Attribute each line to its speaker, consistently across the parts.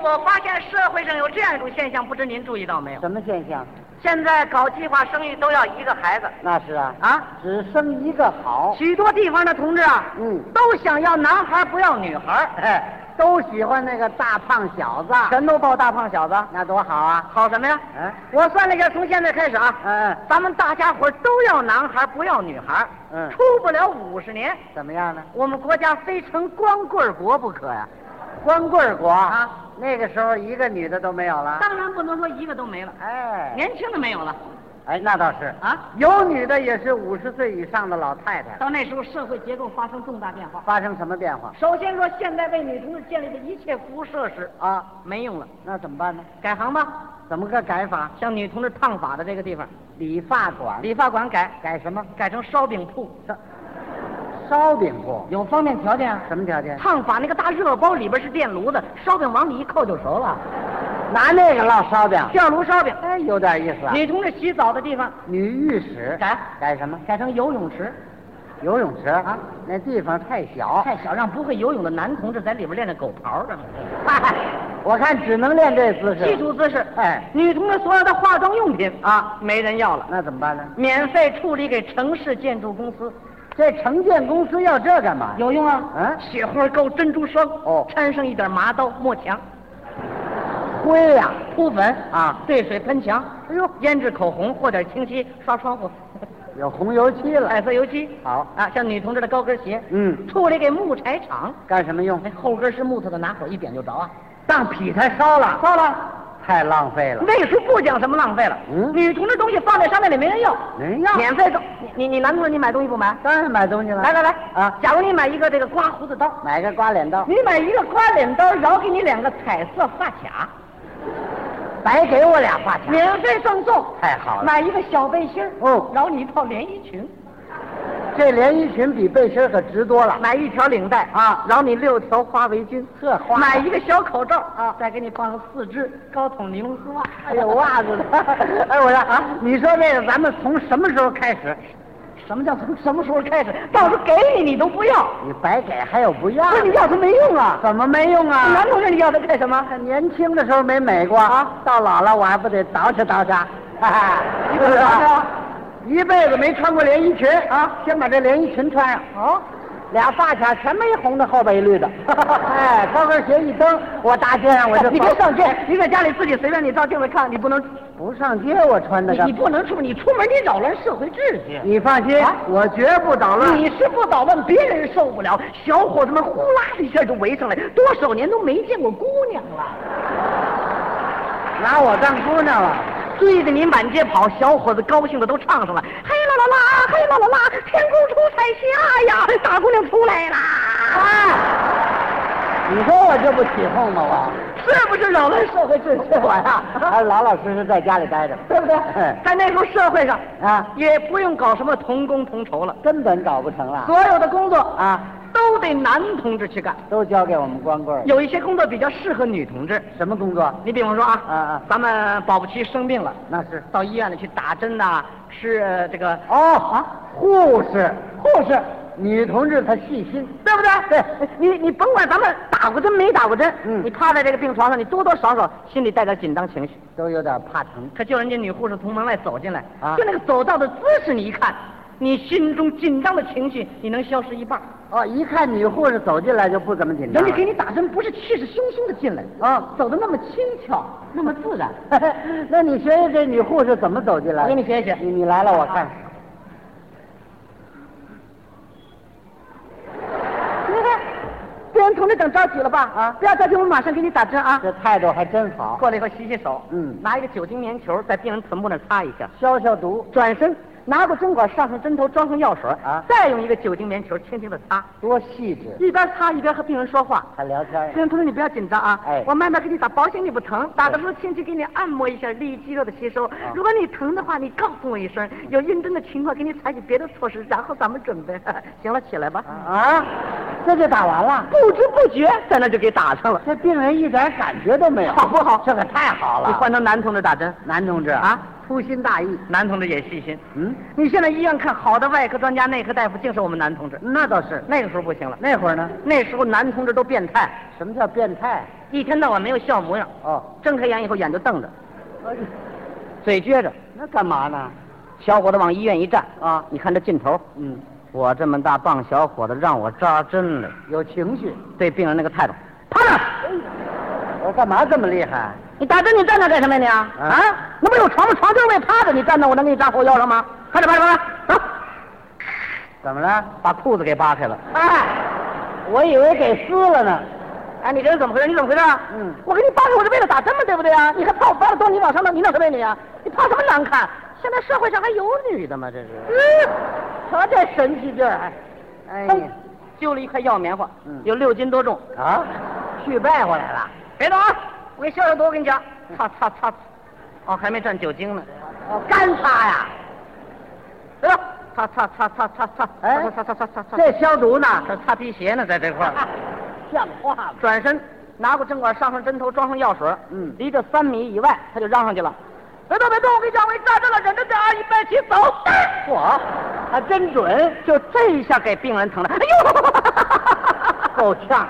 Speaker 1: 我发现社会上有这样一种现象，不知您注意到没有？
Speaker 2: 什么现象？
Speaker 1: 现在搞计划生育都要一个孩子
Speaker 2: 那是啊，
Speaker 1: 啊，
Speaker 2: 只生一个好。
Speaker 1: 许多地方的同志啊，
Speaker 2: 嗯
Speaker 1: 都想要男孩不要女孩，
Speaker 2: 哎， 都喜欢那个大胖小子，
Speaker 1: 全都抱大胖小子，
Speaker 2: 那多好啊！
Speaker 1: 好什么呀？
Speaker 2: 嗯
Speaker 1: 我算了一下，从现在开始啊，
Speaker 2: 嗯，
Speaker 1: 咱们大家伙儿都要男孩不要女孩，
Speaker 2: 嗯
Speaker 1: 出不了五十年，
Speaker 2: 怎么样呢？
Speaker 1: 我们国家非成光棍国不可呀、
Speaker 2: 光棍国
Speaker 1: 啊，
Speaker 2: 那个时候一个女的都没有了。
Speaker 1: 当然不能说一个都没了，
Speaker 2: 哎，
Speaker 1: 年轻的没有了
Speaker 2: 哎，那倒是，
Speaker 1: 啊。
Speaker 2: 有女的也是五十岁以上的老太太。
Speaker 1: 到那时候，社会结构发生重大变化。
Speaker 2: 发生什么变化
Speaker 1: 首先说，现在为女同志建立的一切服务设施
Speaker 2: 啊？
Speaker 1: 没用了，
Speaker 2: 那怎么办呢？
Speaker 1: 改行吧，
Speaker 2: 怎么个改法？
Speaker 1: 像女同志烫发的这个地方，
Speaker 2: 理发馆
Speaker 1: 理发馆改
Speaker 2: 改什么？
Speaker 1: 改成烧饼铺，
Speaker 2: 烧饼铺？
Speaker 1: 有方便条件啊。
Speaker 2: 什么条件？
Speaker 1: 烫发那个大热包里边是电炉子，烧饼往里一扣就熟了，
Speaker 2: 拿那个烙烧饼？
Speaker 1: 电炉烧饼。
Speaker 2: 哎，有点意思啊。
Speaker 1: 女同志洗澡的地方
Speaker 2: 女浴室
Speaker 1: 改
Speaker 2: 改什么？
Speaker 1: 改成游泳池，
Speaker 2: 游泳池啊？那地方太小，
Speaker 1: 太小，让不会游泳的男同志在里边练练狗刨的。
Speaker 2: 我看只能练这姿 势。
Speaker 1: 基础姿势，
Speaker 2: 哎，
Speaker 1: 女同志所有的化妆用品
Speaker 2: 啊，
Speaker 1: 没人要了，
Speaker 2: 那怎么办呢？
Speaker 1: 免费处理给城市建筑公司，
Speaker 2: 这城建公司要这干嘛？
Speaker 1: 有用啊。
Speaker 2: 嗯
Speaker 1: 雪花膏、珍珠霜，
Speaker 2: 哦
Speaker 1: 掺上一点麻刀抹墙，
Speaker 2: 灰呀、
Speaker 1: 铺粉
Speaker 2: 啊
Speaker 1: 兑水喷墙，
Speaker 2: 哎呦，
Speaker 1: 胭脂、口红，和点清漆，刷窗 户，
Speaker 2: 有红油漆了。
Speaker 1: 彩色油漆
Speaker 2: 好，
Speaker 1: 啊，像女同志的高跟鞋，
Speaker 2: 嗯，
Speaker 1: 处理给木柴厂，
Speaker 2: 干什么用
Speaker 1: 那？后跟是木头的，拿手一点就着啊，
Speaker 2: 当劈柴烧了，
Speaker 1: 糟了。
Speaker 2: 太浪费了。
Speaker 1: 那时候不讲什么浪费了，
Speaker 2: 嗯
Speaker 1: 女同志东西放在商店里没人要，
Speaker 2: 人要
Speaker 1: 免费的。你你你男同志你买东西不买？
Speaker 2: 当然买东西了。
Speaker 1: 来来来
Speaker 2: 啊，
Speaker 1: 假如你买一个这个刮胡子刀，
Speaker 2: 买个刮脸刀，
Speaker 1: 你买一个刮脸刀，然后给你两个彩色发卡，
Speaker 2: 白给我俩发卡，
Speaker 1: 免费赠送。
Speaker 2: 太好了。
Speaker 1: 买一个小背心儿，
Speaker 2: 哦
Speaker 1: 然后你一套连衣裙，
Speaker 2: 这连衣裙比背心儿可值多了。
Speaker 1: 买一条领带
Speaker 2: 啊
Speaker 1: 然后你六条花围巾，
Speaker 2: 这花
Speaker 1: 买一个小口罩
Speaker 2: 啊
Speaker 1: 再给你放上四只高筒尼龙丝袜。
Speaker 2: 还有袜 子的。哎，我说啊，你说这个咱们从什么时候开始？
Speaker 1: 什么叫从什么时候开始？到时候给你你都不要，
Speaker 2: 你白给还有不要
Speaker 1: 不？是你要它没用啊。
Speaker 2: 怎么没用啊？
Speaker 1: 男同志你要它干什么？
Speaker 2: 年轻的时候没美过
Speaker 1: 啊，
Speaker 2: 到老了我还不得捯饬捯饬？哈 哈，
Speaker 1: 你怎么捯饬啊
Speaker 2: 一辈子没穿过连衣裙啊，先把这连衣裙穿上。
Speaker 1: 哦，
Speaker 2: 俩发卡全没红的，后 背绿的。哎，高跟鞋一蹬，我大街上我 就
Speaker 1: 你别上街，哎你在家里自己随便你照镜子看，你不能，
Speaker 2: 不上街，我穿的
Speaker 1: 你
Speaker 2: 干
Speaker 1: 你
Speaker 2: 嘛？
Speaker 1: 不能出门，你出门你扰乱社会秩序。
Speaker 2: 你放心
Speaker 1: 啊，
Speaker 2: 我绝不捣乱。
Speaker 1: 你是不捣乱，别人受不了。小伙子们呼啦的一下就围上来，多少年都没见过姑娘了，
Speaker 2: 拿我当姑娘了？
Speaker 1: 追着你满街跑，小伙子高兴的都唱上了：嘿啦啦啦，嘿啦啦啦，天空出彩霞呀，大姑娘出来啦！啊，
Speaker 2: 你说我这不起哄吗？我
Speaker 1: 是不是扰乱社会秩序？
Speaker 2: 我呀，还老老实实在家里待着，
Speaker 1: 对不对
Speaker 2: 嗯？
Speaker 1: 在那时候社会上
Speaker 2: 啊，
Speaker 1: 也不用搞什么同工同酬了，
Speaker 2: 根本搞不成了
Speaker 1: 所有的工作啊
Speaker 2: 啊，
Speaker 1: 都得男同志去干，
Speaker 2: 都交给我们光棍儿。
Speaker 1: 有一些工作比较适合女同志。
Speaker 2: 什么工作？
Speaker 1: 你比方说啊，
Speaker 2: 啊啊
Speaker 1: 咱们保不齐生病了，
Speaker 2: 那是
Speaker 1: 到医院里去打针呐、吃、呃这个，
Speaker 2: 哦啊，护士，护士，女同志她细心。
Speaker 1: 对不对？对，你你甭管咱们打过针没打过针，
Speaker 2: 嗯
Speaker 1: 你趴在这个病床上，你多多少少心里带点紧张情绪。
Speaker 2: 都有点怕疼，
Speaker 1: 可就人家女护士从门外走进来，
Speaker 2: 啊
Speaker 1: 就那个走道的姿势，你一看，你心中紧张的情绪，你能消失一半儿。
Speaker 2: 哦，一看女护士走进来就不怎么紧
Speaker 1: 人
Speaker 2: 张了。
Speaker 1: 家给你打针不是气势汹汹的进来，
Speaker 2: 啊，
Speaker 1: 走的那么轻巧，那么自然。
Speaker 2: 那你学学这女护士怎么走进来？
Speaker 1: 我给你学一学
Speaker 2: 你你来了，我看。
Speaker 1: 你看，别人同志等着急了吧？啊，不要着急，我马上给你打针啊。
Speaker 2: 这态度还真好，
Speaker 1: 过来以后洗洗手，
Speaker 2: 嗯
Speaker 1: 拿一个酒精棉球在病人臀部那儿擦一下，
Speaker 2: 消消毒，
Speaker 1: 转身拿过针管上上针头，装上药水
Speaker 2: 啊
Speaker 1: 再用一个酒精棉球轻轻的擦，
Speaker 2: 多细致，
Speaker 1: 一边擦一边和病人说话。
Speaker 2: 还聊天
Speaker 1: 病人同志，你不要紧张啊！
Speaker 2: 哎
Speaker 1: 我慢慢给你打，保险你不疼。打的时候，亲戚给你按摩一下，利于肌肉的吸
Speaker 2: 啊
Speaker 1: 收。如果你疼的话，你告诉我一声，有认真的情况，给你采取别的措施，然后咱们准备。 行了，起来吧。
Speaker 2: 啊，这就打完了，
Speaker 1: 不知不觉在那就给打上了，
Speaker 2: 这病人一点感觉都没有，
Speaker 1: 好不好？
Speaker 2: 哎这可太好了。
Speaker 1: 你换成男同志打针
Speaker 2: 男同志，
Speaker 1: 啊？
Speaker 2: 粗心大意，
Speaker 1: 男同志也细心。
Speaker 2: 嗯，
Speaker 1: 你现在医院看好的外科专家、内科大夫，竟是我们男同志。
Speaker 2: 那倒是。
Speaker 1: 那个时候不行了，
Speaker 2: 那会儿呢？
Speaker 1: 那时候男同志都变态，
Speaker 2: 什么叫变态？
Speaker 1: 一天到晚没有笑模样，
Speaker 2: 哦，
Speaker 1: 睁开眼以后眼就瞪着，
Speaker 2: 嘴撅着，
Speaker 1: 那干嘛呢？
Speaker 2: 小伙子往医院一站，
Speaker 1: 啊，
Speaker 2: 你看这劲头，
Speaker 1: 嗯，
Speaker 2: 我这么大棒小伙子让我扎针了，
Speaker 1: 有情绪。
Speaker 2: 嗯对病人那个态度，趴那，
Speaker 1: 我干嘛这么厉害？
Speaker 2: 你打针你站那干什么呀你啊？啊，那不有床吗？床就是为趴着，你站那我能给你扎后腰上吗？快点，快点，快点，啊！
Speaker 1: 怎么了？
Speaker 2: 把裤子给扒开了，
Speaker 1: 哎，我以为给撕了呢。哎，你这是怎么回事？你怎么回事？啊
Speaker 2: 嗯，
Speaker 1: 我给你扒开，我是为了打针嘛，对不对啊？你还怕我扒了多，你往上弄，你弄什么呀你啊？你怕什么难看？现在社会上还有女的吗？这是，嗯，瞧这神气劲儿，哎，
Speaker 2: 哎
Speaker 1: 哎，揪了一块药棉花，
Speaker 2: 嗯
Speaker 1: 有六斤多重，
Speaker 2: 啊，
Speaker 1: 去败回来了。别动啊！我给消消毒，我跟你讲，擦擦擦，哦，还没蘸酒精呢，
Speaker 2: 哦
Speaker 1: 干擦呀！别动，擦擦擦擦擦擦，
Speaker 2: 哎
Speaker 1: 擦擦擦擦擦擦，
Speaker 2: 这消毒呢？
Speaker 1: 这擦皮鞋呢，在这块 儿。
Speaker 2: 像话吗？
Speaker 1: 转身拿过针管，上上针头，装上药水。
Speaker 2: 嗯
Speaker 1: 离这三米以外，他就嚷上去了：“别动，别动！我跟你讲，我一扎针了，忍着点啊，一边起走。
Speaker 2: 我还真准，
Speaker 1: 就这一下给病人疼的，哎 呦，
Speaker 2: 够呛。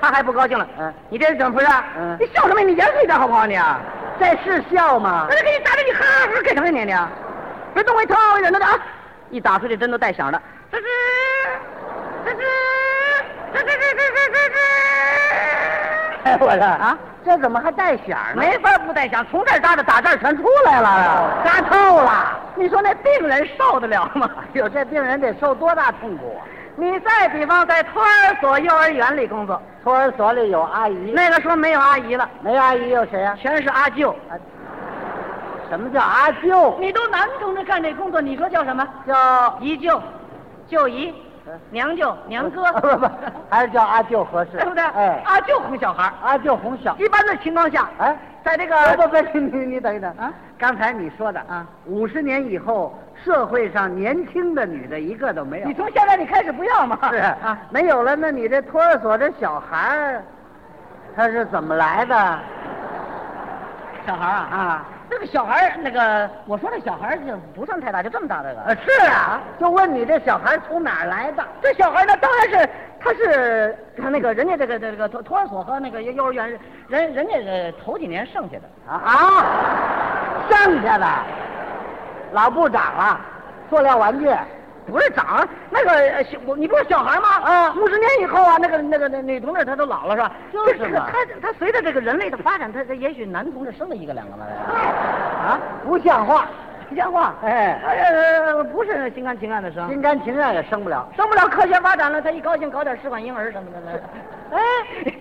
Speaker 1: 他还不高兴了。
Speaker 2: 嗯
Speaker 1: 你这是怎么回事？啊
Speaker 2: 嗯
Speaker 1: 你笑什么？你严肃一点好不好你？啊
Speaker 2: 这是笑吗
Speaker 1: 那？就给你扎针，你哈哈哈干什么呀你你？别动，我一疼，我忍着点啊！一打出去，针都带响的，吱吱吱吱吱吱吱吱吱吱。
Speaker 2: 哎，我说
Speaker 1: 啊，
Speaker 2: 这怎么还带响呢？
Speaker 1: 没法不带响，从这儿扎的打这儿全出来了，扎透了。你说那病人受得了吗？
Speaker 2: 有哎这病人得受多大痛苦啊！
Speaker 1: 你再比方在托儿所、幼儿园里工作，
Speaker 2: 托儿所里有阿姨，
Speaker 1: 那个时候没有阿姨了，
Speaker 2: 没阿姨有谁啊？
Speaker 1: 全是阿舅。
Speaker 2: 什么叫阿舅？
Speaker 1: 你都男同志干这工作，你说叫什么？
Speaker 2: 叫
Speaker 1: 姨舅、舅姨
Speaker 2: 嗯、
Speaker 1: 娘舅、娘哥，
Speaker 2: 不不，还是叫阿舅合适，
Speaker 1: 对不对？
Speaker 2: 哎，
Speaker 1: 阿舅哄小孩儿。
Speaker 2: 阿舅哄小，
Speaker 1: 一般的情况下，
Speaker 2: 哎，
Speaker 1: 在这
Speaker 2: 不
Speaker 1: 个
Speaker 2: 不不，你你等一等
Speaker 1: 啊！
Speaker 2: 刚才你说的
Speaker 1: 啊，
Speaker 2: 五十年以后社会上年轻的女的一个都没有
Speaker 1: 你。从现在你开始不要嘛？
Speaker 2: 是
Speaker 1: 啊，
Speaker 2: 没有了，那你这托儿所这小孩儿，他是怎么来的
Speaker 1: 小孩儿啊。
Speaker 2: 啊？
Speaker 1: 那个小孩儿，那个我说那小孩儿就不算太大，就这么大这个。
Speaker 2: 呃，是啊，就问你这小孩儿从哪儿来的？
Speaker 1: 这小孩儿呢，当然是他是他那个人家这个这个托托儿所和那个幼幼儿园人人家呃头几年剩下的，
Speaker 2: 啊啊，剩下的老部长啊，塑料玩具，
Speaker 1: 不是长那个呃小我你不是小孩儿吗？
Speaker 2: 啊
Speaker 1: 五十年以后啊，那个那个那女同志她都老了是吧？
Speaker 2: 就是
Speaker 1: 这个
Speaker 2: 嘛
Speaker 1: 她她随着这个人类的发展，她她也许男同志生了一个两个 嘛。
Speaker 2: 啊，不像话，
Speaker 1: 像话
Speaker 2: 哎，
Speaker 1: 呃，不是心甘情愿的生，
Speaker 2: 心甘情愿也生不了。
Speaker 1: 生不了科学发展了，她一高兴搞点试管婴儿什么的 了。哎，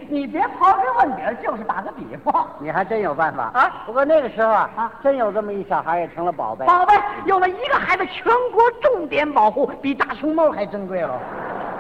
Speaker 1: 你别刨根问底儿，就是打个比方。
Speaker 2: 你还真有办法
Speaker 1: 啊
Speaker 2: 不过那个时候啊，
Speaker 1: 啊
Speaker 2: 真有这么一小孩儿也成了宝贝。
Speaker 1: 宝贝，有了一个孩子，全国重点保护，比大熊猫还珍贵了。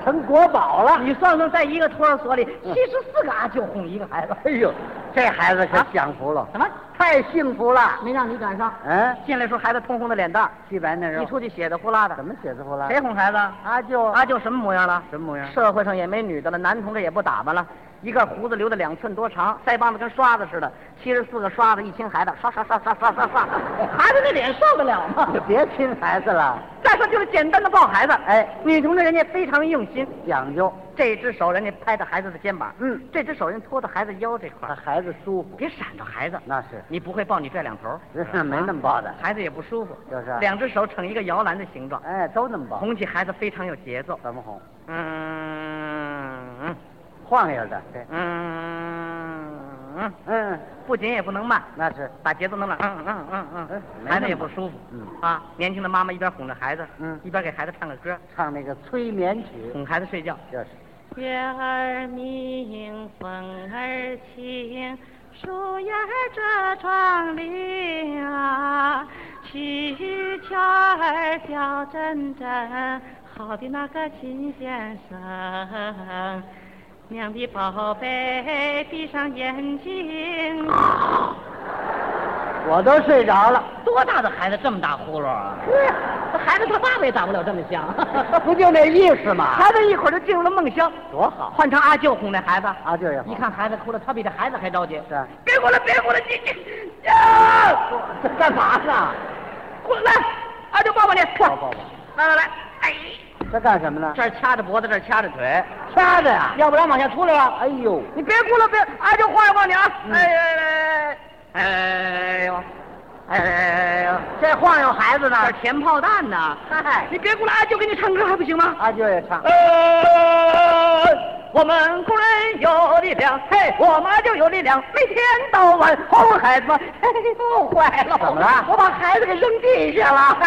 Speaker 2: 成国宝了。
Speaker 1: 你算算，在一个托儿所里，七十四个阿舅哄一个孩 子，
Speaker 2: 哎呦，这孩子可
Speaker 1: 啊
Speaker 2: 享福了，
Speaker 1: 怎么
Speaker 2: 太幸福了。
Speaker 1: 没让你赶上？
Speaker 2: 嗯，
Speaker 1: 进来时候孩子通红的脸蛋儿，
Speaker 2: 细白嫩肉
Speaker 1: 一。出去血的呼啦
Speaker 2: 怎
Speaker 1: 的。
Speaker 2: 哎么写字不拉？
Speaker 1: 谁哄孩子？
Speaker 2: 阿舅
Speaker 1: 阿舅什么模样了？
Speaker 2: 啊什么模样
Speaker 1: 社会上也没女的了，男同志也不打扮了，一个胡子留的两寸多长，腮帮子跟刷子似的，七十四个刷子一亲孩子，刷刷刷刷刷刷 刷，孩子那脸受得了吗
Speaker 2: 就？ 别亲孩子了，
Speaker 1: 再说就是简单的抱孩子，
Speaker 2: 哎，
Speaker 1: 女同志人家非常用心，
Speaker 2: 讲究，
Speaker 1: 这只手人家拍着孩子的肩膀，
Speaker 2: 嗯，
Speaker 1: 这只手人托着孩子腰这块
Speaker 2: 让
Speaker 1: 儿，
Speaker 2: 孩子舒服。
Speaker 1: 别闪着孩子，
Speaker 2: 那是，
Speaker 1: 你不会抱你拽两头儿，
Speaker 2: 没那么抱的，
Speaker 1: 孩子也不舒服，
Speaker 2: 就是
Speaker 1: 两只手成一个摇篮的形状，
Speaker 2: 哎，都那么抱。
Speaker 1: 哄起孩子非常有节奏，
Speaker 2: 怎么哄？
Speaker 1: 嗯
Speaker 2: 晃悠的，对，
Speaker 1: 嗯嗯，
Speaker 2: 嗯，
Speaker 1: 不紧也不能慢，
Speaker 2: 那是，
Speaker 1: 把节奏弄了，嗯嗯嗯嗯
Speaker 2: 哎，没
Speaker 1: 孩子
Speaker 2: 那
Speaker 1: 也
Speaker 2: 么
Speaker 1: 不舒服，
Speaker 2: 嗯
Speaker 1: 啊，年轻的妈妈一边哄着孩子，
Speaker 2: 嗯
Speaker 1: 一边给孩子唱个歌，
Speaker 2: 唱那个催眠曲，
Speaker 1: 哄孩子睡觉。
Speaker 2: 就是。
Speaker 3: 月儿明，风儿轻，树叶儿遮窗棂啊，鹊桥儿叫阵阵，好的那个琴弦声。娘的宝贝，闭上眼睛。
Speaker 2: 我都睡着了，
Speaker 1: 多大的孩子这么大呼噜啊？这孩子他爸爸也打不了这么响。
Speaker 2: 不就那意思吗？
Speaker 1: 孩子一会儿就进入了梦乡，
Speaker 2: 多好，
Speaker 1: 换成阿舅哄这孩子。
Speaker 2: 阿舅也好。
Speaker 1: 一，看孩子哭了，他比这孩子还着急。
Speaker 2: 是，啊
Speaker 1: 别哭了，别哭了，你你啊，
Speaker 2: 这 干嘛呢？
Speaker 1: 过来，阿舅抱抱你。
Speaker 2: 抱抱吧。
Speaker 1: 来来来，哎，
Speaker 2: 这干什么呢？
Speaker 1: 这儿掐着脖子，这儿掐着腿，
Speaker 2: 掐着呀！
Speaker 1: 要不然往下出来吧。
Speaker 2: 哎呦，
Speaker 1: 你别哭了，别，哎，就晃悠晃你啊！哎哎哎呦，哎哎呦，
Speaker 2: 这晃悠孩子呢
Speaker 1: 这！儿填炮弹呢。
Speaker 2: 嗨，
Speaker 1: 你别哭了，阿舅给你唱歌还不行吗？
Speaker 2: 阿舅也唱。
Speaker 1: 呃，我们工人有力量，嘿，我们就有力量，每天到晚 哄孩子们，嘿，又坏了，
Speaker 2: 怎么了
Speaker 1: 我把孩子给扔地下了。